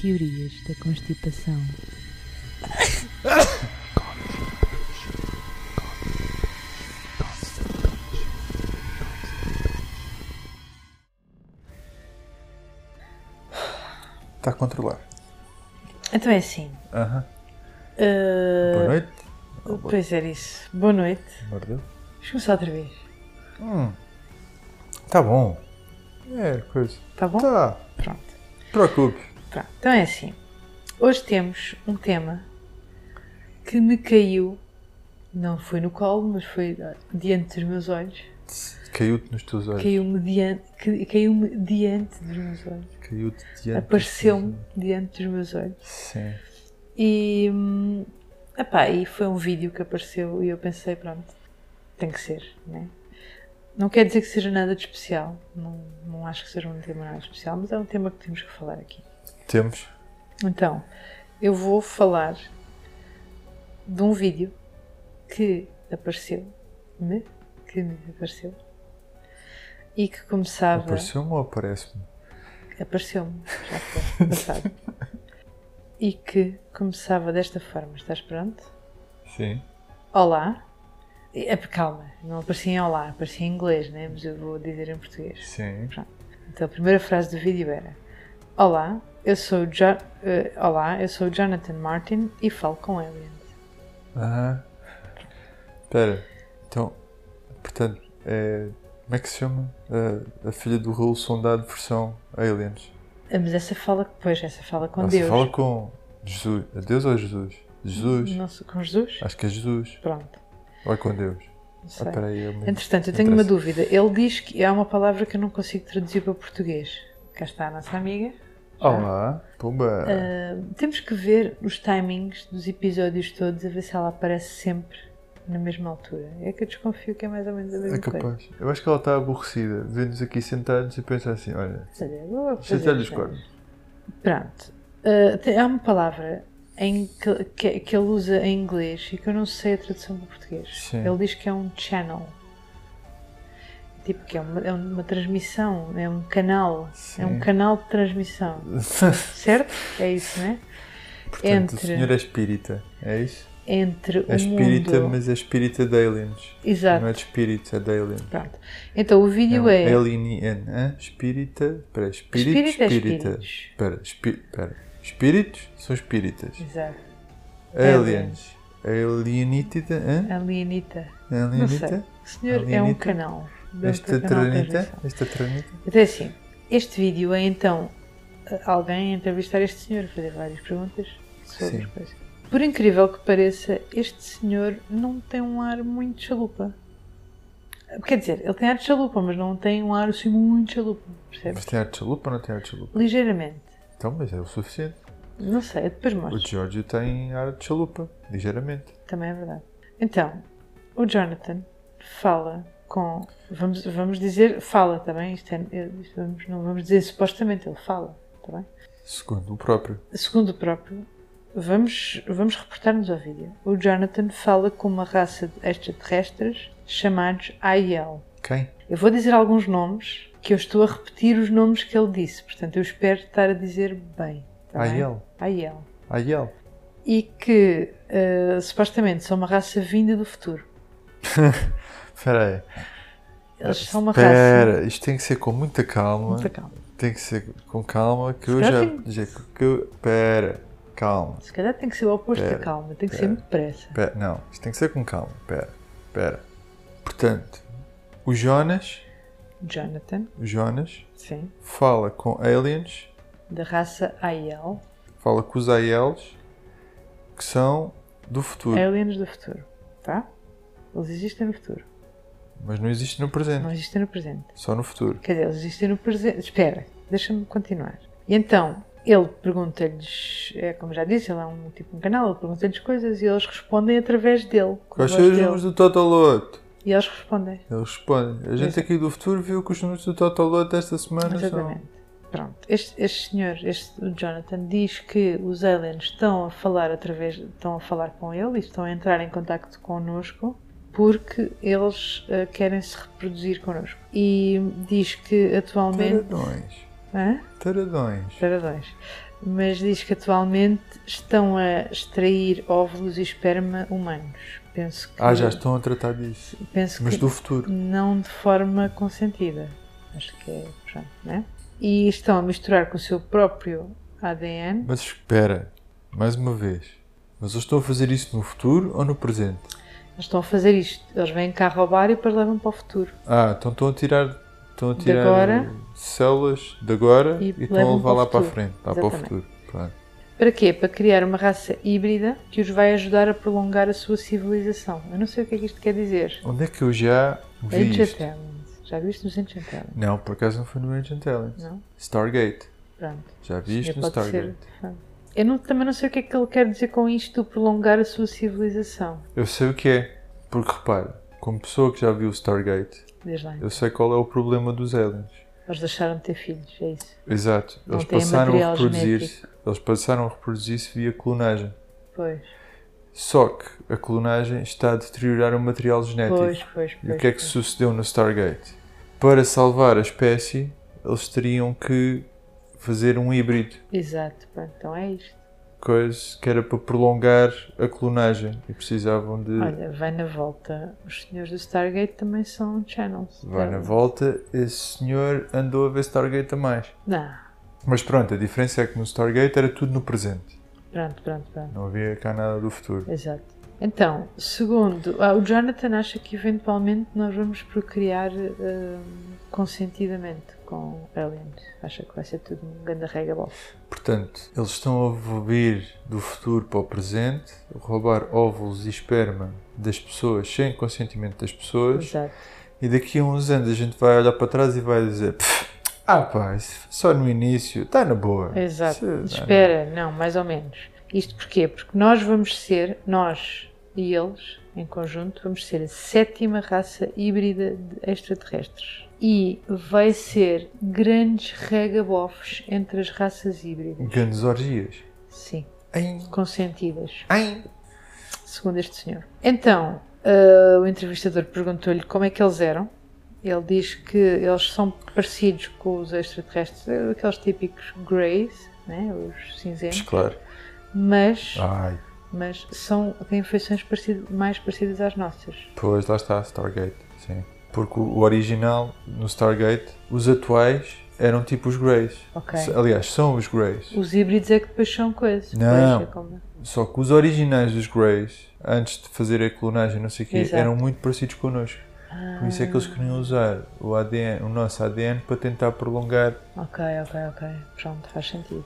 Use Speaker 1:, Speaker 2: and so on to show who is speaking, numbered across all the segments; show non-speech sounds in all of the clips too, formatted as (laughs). Speaker 1: Teorias da constipação.
Speaker 2: Está a controlar.
Speaker 3: Então é assim.
Speaker 2: Aham.
Speaker 3: ah,
Speaker 2: Boa noite. Oh, boa-
Speaker 3: Pois era isso. Boa noite.
Speaker 2: amor de Deus.
Speaker 3: Vamos começar outra vez.
Speaker 2: Tá bom. É, coisa.
Speaker 3: Tá bom?
Speaker 2: Tá.
Speaker 3: Pronto.
Speaker 2: Te preocupe.
Speaker 3: Pronto. Então é assim. Hoje temos um tema que me caiu. Não foi no colo, mas foi eh, diante dos meus olhos.
Speaker 2: Caiu-te nos teus olhos.
Speaker 3: Caiu-me diante, que- caiu-me diante dos meus olhos.
Speaker 2: Caiu-te diante.
Speaker 3: Apareceu-me diante dos meus olhos.
Speaker 2: Sim.
Speaker 3: E, hum, epá, e foi um vídeo que apareceu e eu pensei, pronto, tem que ser, né? Não quer dizer que seja nada de especial, não, não acho que seja um tema nada especial, mas é um tema que temos que falar aqui.
Speaker 2: Temos.
Speaker 3: Então, eu vou falar de um vídeo que apareceu, me, que me apareceu, e que começava
Speaker 2: Apareceu-me ou aparece-me?
Speaker 3: apareceu-me, já foi, passado. e que começava desta forma. Estás pronto?
Speaker 2: Sim.
Speaker 3: Olá. É, calma, não aparecia em olá, aparecia em inglês, né? mas eu vou dizer em português.
Speaker 2: Sim.
Speaker 3: Então a primeira frase do vídeo era: Olá, eu sou, o Jo- eh, olá, eu sou o Jonathan Martin e falo com aliens.
Speaker 2: Aham. Espera. Então, portanto, é... como é que se chama? A, a filha do Raul Sondado versão Aliens.
Speaker 3: Ah, Mas essa fala, pois, essa fala com
Speaker 2: Ela se
Speaker 3: Deus.
Speaker 2: fala com Jesus. A Deus ou Jesus? Jesus.
Speaker 3: Não sei, com Jesus?
Speaker 2: Acho que é Jesus.
Speaker 3: Pronto,
Speaker 2: Ou é com Deus?
Speaker 3: não sei.
Speaker 2: Ah, peraí, eu me...
Speaker 3: Entretanto, eu tenho uma
Speaker 2: interessa.
Speaker 3: dúvida. Ele diz que há uma palavra que eu não consigo traduzir para português. Cá está a nossa amiga.
Speaker 2: Olá, pumba. É
Speaker 3: Uh, temos que ver os timings dos episódios todos a ver se ela aparece sempre na mesma altura. É que eu desconfio que é mais ou menos a mesma
Speaker 2: é
Speaker 3: coisa.
Speaker 2: capaz. Eu acho que ela está aborrecida. Vê-nos aqui sentados e pensa assim: olha,
Speaker 3: Olha, vou fazer
Speaker 2: chatear-lhe os
Speaker 3: isto.
Speaker 2: cornos.
Speaker 3: Pronto. Uh, tem- há uma palavra em que, que, que ele usa em inglês e que eu não sei a tradução para português.
Speaker 2: Sim.
Speaker 3: Ele diz que é um channel. Tipo que é uma, é uma transmissão, é um canal. É
Speaker 2: Sim.
Speaker 3: um canal de
Speaker 2: (laughs)
Speaker 3: transmissão. Certo? É isso, né?
Speaker 2: (laughs) Portanto, o
Speaker 3: Entre-
Speaker 2: senhor é espírita, é isso?
Speaker 3: Entre o
Speaker 2: É espírita,
Speaker 3: um mundo...
Speaker 2: mas é espírita de aliens.
Speaker 3: Exato.
Speaker 2: Não é de espírito, é de alien.
Speaker 3: Pronto. Então o
Speaker 2: É
Speaker 3: vídeo
Speaker 2: um
Speaker 3: é.
Speaker 2: alien, hã? espírita. Espera, espírito,
Speaker 3: Espírita é
Speaker 2: espírita.
Speaker 3: espíritos.
Speaker 2: Espera, espí... espera. espíritos são espíritas.
Speaker 3: Exato. É
Speaker 2: Aliens. Alienitida, hã?
Speaker 3: Alienita. Não sei.
Speaker 2: Alienita?
Speaker 3: O senhor é um
Speaker 2: Alienita?
Speaker 3: canal. de um
Speaker 2: Esta
Speaker 3: canal de
Speaker 2: tranita?
Speaker 3: transmissão.
Speaker 2: Esta tranita?
Speaker 3: Então é assim. Este vídeo é então alguém a entrevistar este senhor, a fazer várias perguntas sobre
Speaker 2: Sim.
Speaker 3: as coisas. Por incrível que pareça, este senhor não tem um ar muito chalupa. Quer dizer, ele tem ar de chalupa, mas não tem um ar assim muito chalupa, percebes?
Speaker 2: Mas tem arte de lupa ou não tem arte de lupa?
Speaker 3: Ligeiramente.
Speaker 2: Então, mas é o suficiente.
Speaker 3: Não sei, eu depois
Speaker 2: O
Speaker 3: mostro.
Speaker 2: Giorgio tem ar de chalupa, ligeiramente.
Speaker 3: Também é verdade. Então, o Jonathan fala com. Vamos, vamos dizer, fala, tá bem? Isto é, isto vamos- não vamos dizer supostamente, ele fala, tá bem?
Speaker 2: Segundo o próprio.
Speaker 3: Segundo o próprio, vamos, vamos reportar-nos ao vídeo. O Jonathan fala com uma raça de extraterrestres chamados Aiel.
Speaker 2: Quem?
Speaker 3: Eu vou dizer alguns nomes que eu estou a repetir os nomes que ele disse, portanto eu espero estar a dizer bem. tá bem?
Speaker 2: Aiel.
Speaker 3: Aiel.
Speaker 2: Aiel.
Speaker 3: E que eh, supostamente são uma raça vinda do futuro.
Speaker 2: Espera aí.
Speaker 3: Eles são uma raça.
Speaker 2: Espera, isto tem que ser com muita calma.
Speaker 3: Muita calma.
Speaker 2: Tem que ser com calma, que eu
Speaker 3: calhar
Speaker 2: já...
Speaker 3: tem-
Speaker 2: já que eu, pera, calma.
Speaker 3: Se calhar tem que ser o oposto
Speaker 2: Pera,
Speaker 3: da calma, tem que ser muito depressa.
Speaker 2: Pera, não, isto tem que ser com calma. Pera, pera. Portanto, o Jonas,
Speaker 3: Jonathan,
Speaker 2: o Jonas
Speaker 3: sim,
Speaker 2: fala com aliens,
Speaker 3: da raça Aiel,
Speaker 2: fala com os Aiels, que são do futuro,
Speaker 3: aliens do futuro, tá? Eles existem no futuro,
Speaker 2: mas não existe no presente,
Speaker 3: não é? existem no presente.
Speaker 2: só no futuro.
Speaker 3: Quer dizer, eles existem no presente. Espera, deixa-me continuar. E então, ele pergunta-lhes, é, como já disse, ele é um tipo um canal, ele pergunta-lhes coisas e eles respondem através dele. com a voz
Speaker 2: Quais são os
Speaker 3: dele.
Speaker 2: números do Totoloto?
Speaker 3: E eles respondem.
Speaker 2: Ele responde: A gente aqui do futuro viu que os números do Totoloto desta semana são.
Speaker 3: Exatamente. Pronto. Este, este senhor, este o Jonathan, diz que os aliens estão a falar através, estão a falar com ele e estão a entrar em contacto connosco porque eles eh, querem se reproduzir connosco. E diz que atualmente
Speaker 2: Paradões.
Speaker 3: Hã?
Speaker 2: Taradões.
Speaker 3: Paradões. Mas diz que atualmente estão a extrair óvulos e esperma humanos. Penso que,
Speaker 2: Ah, já estão a tratar disso.
Speaker 3: penso
Speaker 2: Mas
Speaker 3: que
Speaker 2: do futuro.
Speaker 3: não de forma consentida. Acho que é, pronto, né? E estão a misturar com o seu próprio ADN.
Speaker 2: Mas espera, mais uma vez. Mas eles estão a fazer isso no futuro ou no presente?
Speaker 3: Eles estão a fazer isto. Eles vêm cá roubar e depois levam para o futuro.
Speaker 2: Ah, então estão a tirar. Estão a tirar
Speaker 3: agora.
Speaker 2: células de agora
Speaker 3: E
Speaker 2: e, estão a
Speaker 3: levam
Speaker 2: levar
Speaker 3: para o
Speaker 2: lá para a
Speaker 3: futuro.
Speaker 2: frente, lá para o
Speaker 3: Exatamente.
Speaker 2: futuro. Pronto.
Speaker 3: Para quê? Para criar uma raça híbrida que os vai ajudar a prolongar a sua civilização. Eu não sei o que é que isto quer dizer.
Speaker 2: Onde é que eu já vi
Speaker 3: Ancient
Speaker 2: isto?
Speaker 3: Aliens. Já viste nos Ancient Aliens?
Speaker 2: Não, por acaso não foi no Agent Aliens.
Speaker 3: Não?
Speaker 2: Stargate.
Speaker 3: Pronto.
Speaker 2: Já vi isto
Speaker 3: Sim,
Speaker 2: no
Speaker 3: pode ser.
Speaker 2: Stargate.
Speaker 3: Pronto. Eu não- também não sei o que é que ele quer dizer com isto, prolongar a sua civilização.
Speaker 2: Eu sei o que é, porque repara, como pessoa que já viu o Stargate,
Speaker 3: Desde lá.
Speaker 2: eu sei qual é o problema dos aliens.
Speaker 3: Eles deixaram de ter filhos, é isso.
Speaker 2: Exato,
Speaker 3: Não
Speaker 2: eles
Speaker 3: têm
Speaker 2: passaram a
Speaker 3: material
Speaker 2: reproduzir-se. Eles passaram a reproduzir-se via clonagem.
Speaker 3: Pois,
Speaker 2: Só que a clonagem está a deteriorar o material genético.
Speaker 3: pois, pois.
Speaker 2: E o
Speaker 3: pois,
Speaker 2: que é que sucedeu no Stargate? Para salvar a espécie, eles teriam que fazer um híbrido,
Speaker 3: Exato, pronto, então é isto.
Speaker 2: coisa que era para prolongar a clonagem e precisavam de
Speaker 3: Olha, vai na volta. Os senhores do Stargate também são channels. tá?
Speaker 2: Vai na volta, esse senhor andou a ver Stargate a mais.
Speaker 3: Não,
Speaker 2: Mas pronto, a diferença é que no Stargate era tudo no presente.
Speaker 3: pronto, pronto, pronto.
Speaker 2: Não havia cá nada do futuro.
Speaker 3: Exato. Então, segundo, ah, o Jonathan acha que eventualmente nós vamos procriar hum, consentidamente com aliens. Acha que vai ser tudo um grande regabol.
Speaker 2: Portanto, eles estão a vir do futuro para o presente, roubar óvulos e esperma das pessoas sem consentimento das pessoas.
Speaker 3: Exato.
Speaker 2: E daqui a uns anos a gente vai olhar para trás e vai dizer: "Pff, Ah, pá, isso foi só no início, está na boa.
Speaker 3: Exato.
Speaker 2: Isso- é
Speaker 3: Espera, não, mais ou menos. Isto porquê? Porque nós vamos ser, nós e eles, em conjunto, vamos ser a sétima raça híbrida de extraterrestres. E vai ser grandes regabofes entre as raças híbridas.
Speaker 2: Grandes orgias.
Speaker 3: Sim,
Speaker 2: Ai,
Speaker 3: consentidas,
Speaker 2: ai.
Speaker 3: segundo este senhor. Então, ah, o entrevistador perguntou-lhe como é que eles eram. Ele diz que eles são parecidos com os extraterrestres, aqueles típicos greys, né, os
Speaker 2: Mas
Speaker 3: cinzentos
Speaker 2: claro.
Speaker 3: mas,
Speaker 2: Ai,
Speaker 3: mas são, têm feições parecido- mais parecidas às nossas.
Speaker 2: Pois, lá está, Stargate, sim. Porque o o original, no Stargate, os atuais eram tipo os Greys.
Speaker 3: Ok.
Speaker 2: S- Aliás, são os Greys.
Speaker 3: Os híbridos é que depois são coisas.
Speaker 2: Não.
Speaker 3: Pois, é como-
Speaker 2: Só que os originais dos Greys, antes de fazer a clonagem, não sei o quê,
Speaker 3: Exato. Ah.
Speaker 2: eram muito parecidos connosco. Por isso é que eles queriam usar o, ADN, o nosso ADN para tentar prolongar.
Speaker 3: Ok, ok, ok. Pronto, faz sentido.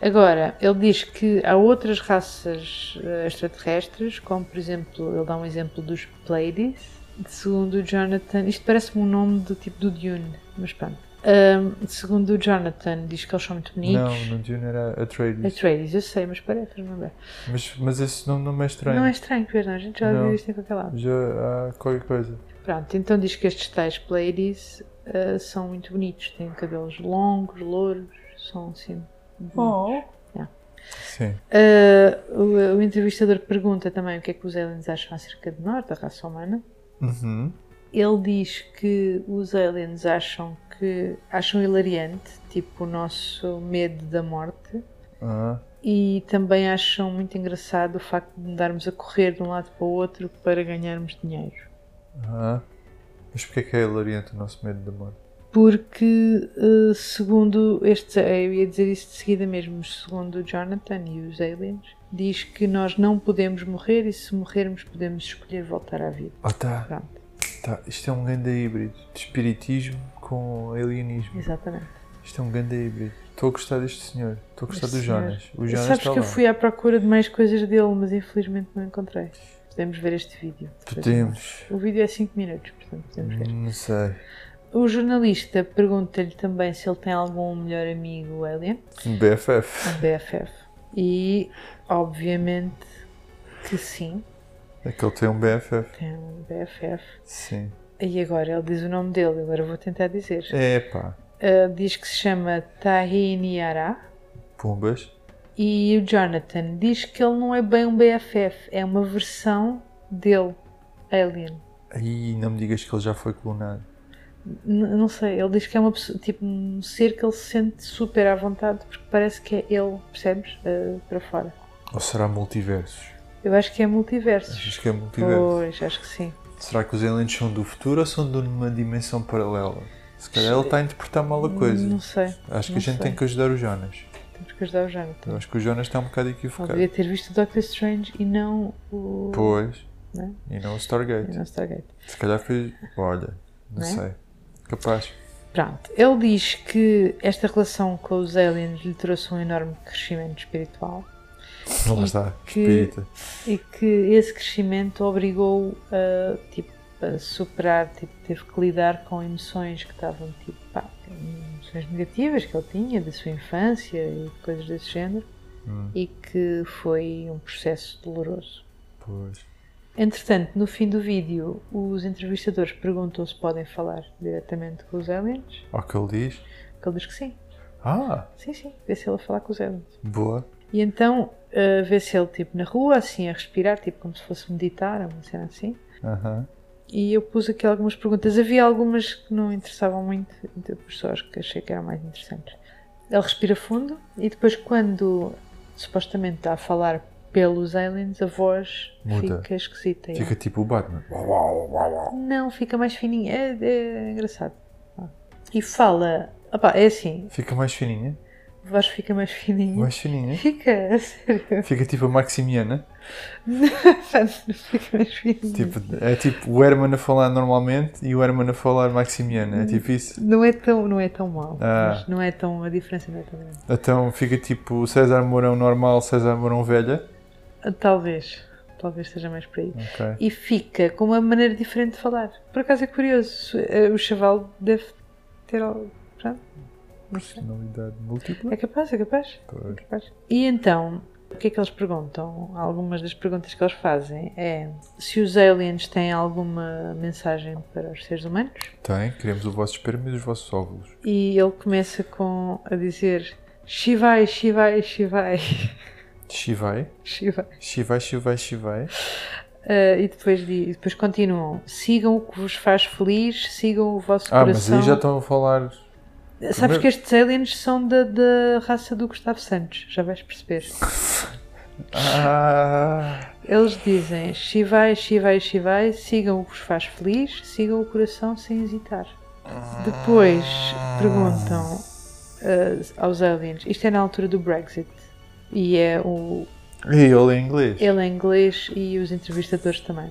Speaker 3: Agora, ele diz que há outras raças eh, extraterrestres, como por exemplo, ele dá um exemplo dos Pleiades, segundo o Jonathan, isto parece-me um nome do tipo do Dune, mas pronto. Ahm, segundo o Jonathan, diz que eles são muito
Speaker 2: Não,
Speaker 3: bonitos.
Speaker 2: no Dune era
Speaker 3: Não.
Speaker 2: Atreides.
Speaker 3: Atreides, eu sei, mas parece, não é?
Speaker 2: Mas, mas esse nome não é estranho.
Speaker 3: Não é estranho, pois não, a gente já
Speaker 2: Não.
Speaker 3: ouviu isto em qualquer lado.
Speaker 2: Já há qualquer coisa.
Speaker 3: Pronto, então diz que estes tais Pleiades ah, são muito bonitos, têm cabelos longos, louros, são assim.
Speaker 2: Oh.
Speaker 3: Yeah.
Speaker 2: Sim.
Speaker 3: Ah, o, o entrevistador pergunta também o que é que os aliens acham acerca de nós, da raça humana.
Speaker 2: Uhum.
Speaker 3: Ele diz que os aliens acham que acham hilariante, tipo o nosso medo da morte,
Speaker 2: Ah,
Speaker 3: e também acham muito engraçado o facto de andarmos a correr de um lado para o outro para ganharmos dinheiro.
Speaker 2: ah. Mas porquê é que é hilariante o nosso medo da morte?
Speaker 3: porque eh, segundo este eu ia dizer isso de seguida mesmo segundo o Jonathan e os aliens diz que nós não podemos morrer e se morrermos podemos escolher voltar à vida
Speaker 2: Ah tá,
Speaker 3: pronto
Speaker 2: tá, isto é um grande híbrido. De espiritismo com alienismo.
Speaker 3: exatamente
Speaker 2: Isto é um grande híbrido. Estou a gostar deste senhor. Estou a gostar
Speaker 3: Este
Speaker 2: do
Speaker 3: senhor.
Speaker 2: Jonas. O Jonas
Speaker 3: sabes
Speaker 2: está
Speaker 3: que eu
Speaker 2: lá.
Speaker 3: fui à procura de mais coisas dele mas infelizmente não encontrei podemos ver este vídeo
Speaker 2: Tu temos.
Speaker 3: o vídeo é 5 minutos portanto podemos ver
Speaker 2: Hum, Não sei.
Speaker 3: o jornalista pergunta-lhe também se ele tem algum melhor amigo alien
Speaker 2: BFF.
Speaker 3: um BFF e obviamente que sim Ah.
Speaker 2: É que ele tem um BFF.
Speaker 3: tem um BFF
Speaker 2: Sim.
Speaker 3: E agora ele diz o nome dele, agora vou tentar dizer.
Speaker 2: É pá.
Speaker 3: Ele diz que se chama Tahini Ara
Speaker 2: Pumbas.
Speaker 3: e o Jonathan diz que ele não é bem um BFF, é uma versão dele, Alien.
Speaker 2: Aí não me digas que ele já foi clonado.
Speaker 3: N- Não sei, ele diz que é uma pessoa, tipo, um ser que ele se sente super à vontade porque parece que é ele, percebes? Ah, para fora.
Speaker 2: Ou será multiversos?
Speaker 3: Eu acho que é multiversos.
Speaker 2: Achas que é multiverso?
Speaker 3: Pois, acho que sim.
Speaker 2: Será que os aliens são do futuro ou são de uma dimensão paralela? Se calhar ele está a interpretar mal a coisa.
Speaker 3: Hum, Não sei.
Speaker 2: Acho que
Speaker 3: não
Speaker 2: a gente
Speaker 3: sei.
Speaker 2: tem que ajudar o Jonas.
Speaker 3: Temos que ajudar o Jânio.
Speaker 2: Eu acho que o Jonas está um bocado
Speaker 3: Ele
Speaker 2: equivocado.
Speaker 3: devia ter visto o Doctor Strange e não o.
Speaker 2: Pois.
Speaker 3: Né?
Speaker 2: E não o
Speaker 3: e
Speaker 2: Stargate.
Speaker 3: não o Stargate.
Speaker 2: Se calhar foi. Olha, não
Speaker 3: Né?
Speaker 2: sei. Capaz.
Speaker 3: Pronto, ele diz que esta relação com os aliens lhe trouxe um enorme crescimento espiritual
Speaker 2: Lá está.
Speaker 3: que-
Speaker 2: Espírita.
Speaker 3: e que esse crescimento obrigou a, tipo, a superar, tipo, teve que lidar com emoções que estavam tipo, pá, emoções negativas que ele tinha da sua infância e coisas desse género
Speaker 2: Hum.
Speaker 3: e que foi um processo doloroso.
Speaker 2: Pois.
Speaker 3: Entretanto, no fim do vídeo, os entrevistadores perguntam se podem falar diretamente com os aliens,
Speaker 2: Ao que ele diz.
Speaker 3: que ele diz que sim.
Speaker 2: Ah,
Speaker 3: Sim, sim, vê se ele a falar com os aliens.
Speaker 2: boa.
Speaker 3: E então eh, vê-se ele tipo na rua, assim, a respirar, tipo como se fosse meditar, uma cena assim.
Speaker 2: Aham.
Speaker 3: E eu pus aqui algumas perguntas. Havia algumas que não interessavam muito, então, de pessoas que achei que eram mais interessantes. Ele respira fundo e depois, quando supostamente está a falar pelos aliens, a voz
Speaker 2: Muda.
Speaker 3: fica esquisita.
Speaker 2: Fica tipo o Batman. Uau, uau, uau, uau.
Speaker 3: Não, fica mais fininha. É, é engraçado. Ah. E fala. Opá, é assim,
Speaker 2: Fica mais fininha.
Speaker 3: a voz fica mais fininha.
Speaker 2: Mais fininha.
Speaker 3: Fica, (laughs) a sério.
Speaker 2: Fica tipo a Maximiana.
Speaker 3: fica mais fininha.
Speaker 2: Tipo, é tipo o Herman a falar normalmente e o Herman a falar Maximiana. É tipo isso.
Speaker 3: Não é tão, não é tão mau,
Speaker 2: Ah.
Speaker 3: mas não é tão, a diferença não é tão grande.
Speaker 2: Então fica tipo César Mourão normal, César Mourão velha.
Speaker 3: Ah, Talvez, talvez seja mais por aí.
Speaker 2: Ok.
Speaker 3: E fica com uma maneira diferente de falar. Por acaso é curioso, eh, o chaval deve ter algo, pronto, não sei.
Speaker 2: Personalidade múltipla.
Speaker 3: É capaz, é capaz, é
Speaker 2: Pois.
Speaker 3: capaz. E então, o que é que eles perguntam? Algumas das perguntas que eles fazem é se os aliens têm alguma mensagem para os seres humanos.
Speaker 2: Tem, queremos o vosso esperma e os vossos óvulos.
Speaker 3: E ele começa com a dizer Shivai, Shivai, Shivai, (laughs)
Speaker 2: Shivai,
Speaker 3: Shivai.
Speaker 2: Shivai, Shivai, Shivai.
Speaker 3: Uh, e depois, di- e depois continuam. Sigam o que vos faz feliz, sigam o vosso
Speaker 2: Ah, mas
Speaker 3: coração.
Speaker 2: aí já estão a falar.
Speaker 3: Sabes
Speaker 2: primeiro-
Speaker 3: que estes aliens são da, da raça do Gustavo Santos, já vais perceber.
Speaker 2: Ah,
Speaker 3: Eles dizem Shivai, Shivai, Shivai, sigam o que vos faz feliz, sigam o coração sem hesitar. Depois perguntam uh, aos aliens, isto é na altura do Brexit, e é o,
Speaker 2: e ele é inglês.
Speaker 3: Ele é inglês e os entrevistadores também.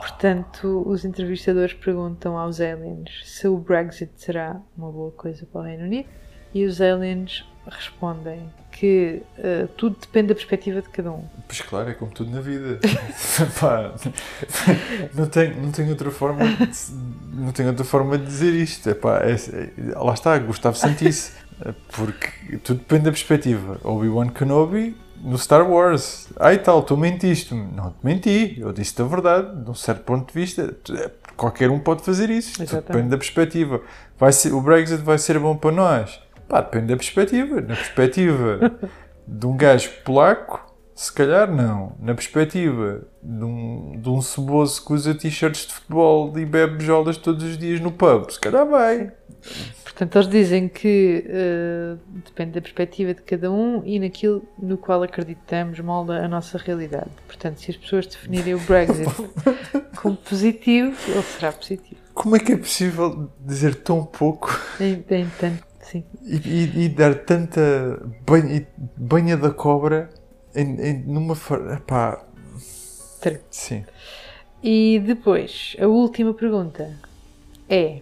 Speaker 3: Portanto, os entrevistadores perguntam aos aliens se o Brexit será uma boa coisa para o Reino Unido e os aliens respondem que eh, tudo depende da perspectiva de cada um.
Speaker 2: Pois claro, é como tudo na vida. (laughs) Pá, não, tenho, não tenho outra forma de, não tenho outra forma de dizer isto. É pá, é- é- lá está, Gustavo Santice. Porque tudo depende da perspectiva. Obi-Wan Kenobi no Star Wars. Ai tal, tu mentiste-me. Não te menti, eu disse-te a verdade, de um certo ponto de vista. Tu- é, Qualquer um pode fazer isso. Tudo
Speaker 3: Exatamente.
Speaker 2: depende da perspectiva. Vai ser, o Brexit vai ser bom para nós. Pá, depende da perspectiva. Na perspectiva de um gajo polaco, se calhar não. Na perspectiva de um, de um ceboso que usa t-shirts de futebol e bebe jolas todos os dias no pub, se calhar vai.
Speaker 3: Portanto, eles dizem que eh, depende da perspectiva de cada um e naquilo no qual acreditamos molda a nossa realidade. Portanto, se as pessoas definirem o Brexit como positivo, ele será positivo.
Speaker 2: Como é que é possível dizer tão pouco (laughs)
Speaker 3: Em, em tanto, sim.
Speaker 2: e, e- e dar tanta banha, e- banha da cobra em, em- numa. fa- Epá,
Speaker 3: Tre-
Speaker 2: sim.
Speaker 3: E depois, a última pergunta é: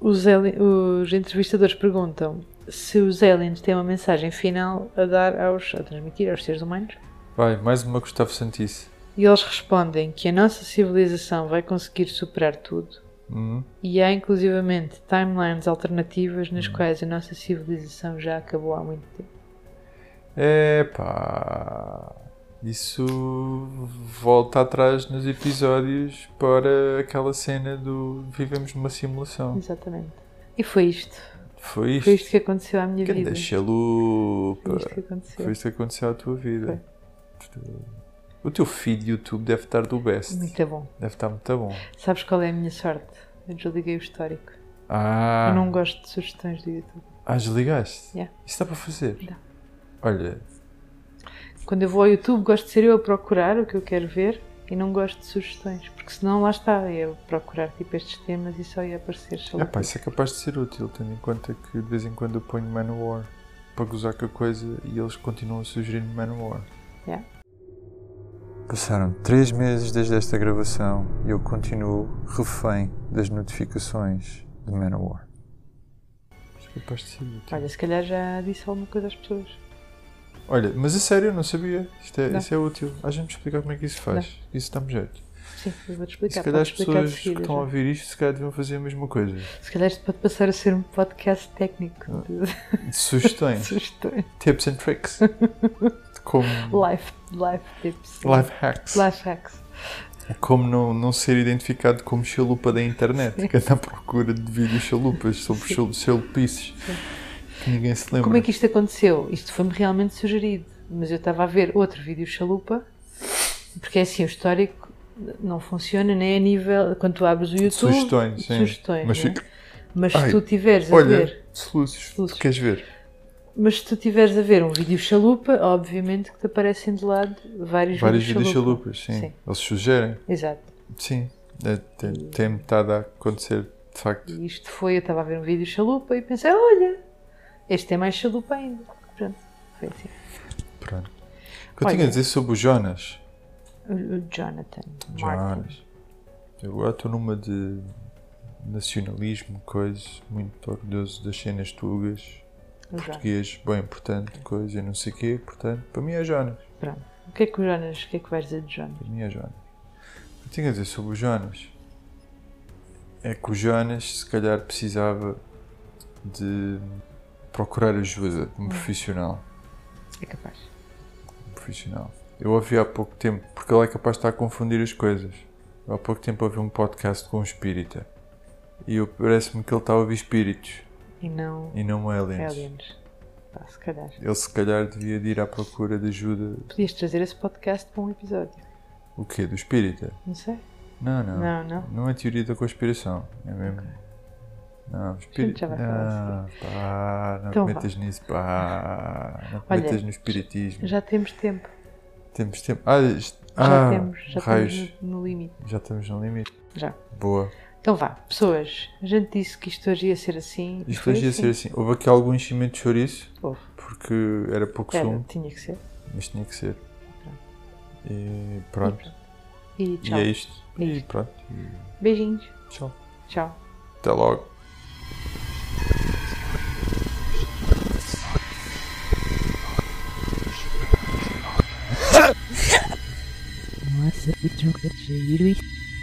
Speaker 3: os, ali- os entrevistadores perguntam se os aliens têm uma mensagem final a dar aos, a transmitir aos seres humanos.
Speaker 2: Vai, mais uma Gustavo Santice.
Speaker 3: E eles respondem que a nossa civilização vai conseguir superar tudo.
Speaker 2: Hum,
Speaker 3: E há inclusivamente timelines alternativas nas quais a nossa civilização já acabou há muito tempo.
Speaker 2: Epá. Isso volta atrás nos episódios para aquela cena do vivemos numa simulação.
Speaker 3: Exatamente. E foi isto.
Speaker 2: Foi isto.
Speaker 3: Foi isto que aconteceu à minha
Speaker 2: que
Speaker 3: vida.
Speaker 2: deixa lupa.
Speaker 3: Foi isto que aconteceu.
Speaker 2: Foi isto que aconteceu à tua vida. O teu feed de YouTube deve estar do best.
Speaker 3: Muito bom.
Speaker 2: Deve estar muito bom.
Speaker 3: Sabes qual é a minha sorte? Eu desliguei o histórico.
Speaker 2: Ah,
Speaker 3: Eu não gosto de sugestões do YouTube.
Speaker 2: ah desligaste?
Speaker 3: Yeah.
Speaker 2: Isso dá para fazer?
Speaker 3: Dá.
Speaker 2: Olha,
Speaker 3: Quando eu vou ao YouTube, gosto de ser eu a procurar o que eu quero ver e não gosto de sugestões, porque senão lá está, eu procurar tipo estes temas e só ia aparecer. sei lá
Speaker 2: epá,
Speaker 3: o
Speaker 2: isso é capaz de ser útil, tendo em conta que de vez em quando eu ponho Manowar para gozar com a coisa e eles continuam a sugerir-me Manowar.
Speaker 3: Yeah.
Speaker 2: Passaram 3 meses desde esta gravação e eu continuo refém das notificações de Manowar. Isso é capaz de ser útil.
Speaker 3: quê. Olha, se calhar já disse alguma coisa às pessoas.
Speaker 2: Olha, mas a sério, eu não sabia. Isto é,
Speaker 3: Não.
Speaker 2: isso é útil. Há-me de explicar como é que isso faz. Isso dá-me jeito.
Speaker 3: Sim, eu vou-te
Speaker 2: E se
Speaker 3: explicar.
Speaker 2: calhar
Speaker 3: Podes
Speaker 2: as
Speaker 3: explicar
Speaker 2: pessoas
Speaker 3: de
Speaker 2: que
Speaker 3: seguida,
Speaker 2: estão a
Speaker 3: já.
Speaker 2: ouvir isto, se calhar deviam fazer a mesma coisa.
Speaker 3: Se calhar isto pode passar a ser um podcast técnico
Speaker 2: Ah,
Speaker 3: de
Speaker 2: Sugestões,
Speaker 3: (laughs) sugestões.
Speaker 2: tips and
Speaker 3: (laughs)
Speaker 2: tricks. De Como
Speaker 3: Life, life tips.
Speaker 2: life hacks. É
Speaker 3: Life hacks.
Speaker 2: Como não, não ser identificado como chalupa da internet. Que anda à procura de vídeos chalupas sobre chal- chalupices. Que ninguém se lembra.
Speaker 3: Como é que isto aconteceu? Isto foi-me realmente sugerido, mas eu estava a ver outro vídeo chalupa, porque é assim, o histórico não funciona nem a nível. Quando tu abres o YouTube.
Speaker 2: Sugestões, sim.
Speaker 3: é? sugestões,
Speaker 2: Mas
Speaker 3: né?
Speaker 2: fica-
Speaker 3: Mas se
Speaker 2: Ai,
Speaker 3: tu tiveres a ver.
Speaker 2: Olha, soluços,
Speaker 3: Soluços.
Speaker 2: queres ver?
Speaker 3: Mas se tu tiveres a ver um vídeo chalupa, obviamente que te aparecem de lado vários,
Speaker 2: Vários
Speaker 3: vídeos
Speaker 2: vídeos
Speaker 3: chalupa.
Speaker 2: chalupas, sim.
Speaker 3: Sim.
Speaker 2: Eles sugerem.
Speaker 3: Exato.
Speaker 2: Sim, é, tem, tem metade a acontecer, de facto.
Speaker 3: E isto foi, eu estava a ver um vídeo chalupa e pensei, olha, este é mais chalupa ainda. Pronto, foi assim.
Speaker 2: Pronto. O que eu tinha a
Speaker 3: Olha.
Speaker 2: dizer sobre o Jonas?
Speaker 3: O o Jonathan. Martin.
Speaker 2: Jonas. Eu agora estou numa de nacionalismo, coisa, muito orgulhoso das cenas tugas,
Speaker 3: O Jonas.
Speaker 2: português, bem importante, coisa, e não sei o quê, portanto, para mim é Jonas.
Speaker 3: Pronto. O que é que o Jonas, o que é que vais dizer de Jonas?
Speaker 2: Para mim é Jonas. O que eu tinha a dizer sobre o Jonas? É que o Jonas, se calhar, precisava de procurar ajuda de um profissional.
Speaker 3: É capaz.
Speaker 2: profissional. Eu ouvi há pouco tempo, porque ele é capaz de estar a confundir as coisas. Eu há pouco tempo ouvi um podcast com um espírita. E eu- parece-me que ele está a ouvir espíritos
Speaker 3: E não
Speaker 2: e não aliens.
Speaker 3: aliens. Pá, se calhar.
Speaker 2: Ele se calhar devia de ir à procura de ajuda.
Speaker 3: Podias trazer esse podcast para um episódio.
Speaker 2: O quê? Do espírita?
Speaker 3: Não sei.
Speaker 2: Não, não.
Speaker 3: Não, não.
Speaker 2: Não é teoria da conspiração. É mesmo. Não,
Speaker 3: gente
Speaker 2: espírita.
Speaker 3: já vai falar
Speaker 2: Não, pá, não
Speaker 3: Então
Speaker 2: te metas nisso, pá. Não te
Speaker 3: Olha,
Speaker 2: metas no espiritismo.
Speaker 3: Já temos tempo.
Speaker 2: Temos tempo. Ah, isto-
Speaker 3: Já
Speaker 2: ah,
Speaker 3: temos. Já
Speaker 2: raios.
Speaker 3: estamos no, no limite.
Speaker 2: Já estamos no limite.
Speaker 3: Já.
Speaker 2: Boa.
Speaker 3: Então vá, pessoas. A gente disse que isto hoje ia ser assim. e
Speaker 2: Isto
Speaker 3: foi
Speaker 2: hoje ia ser assim. Houve aqui algum enchimento de chouriço,
Speaker 3: Houve.
Speaker 2: porque era pouco
Speaker 3: Era,
Speaker 2: sumo,
Speaker 3: tinha que ser.
Speaker 2: mas tinha que ser. E pronto.
Speaker 3: E
Speaker 2: E
Speaker 3: tchau.
Speaker 2: é isto.
Speaker 3: É
Speaker 2: E
Speaker 3: isto.
Speaker 2: pronto.
Speaker 3: Beijinhos.
Speaker 2: Tchau.
Speaker 3: Tchau.
Speaker 2: Até logo.
Speaker 1: Nossa, que troca de giro.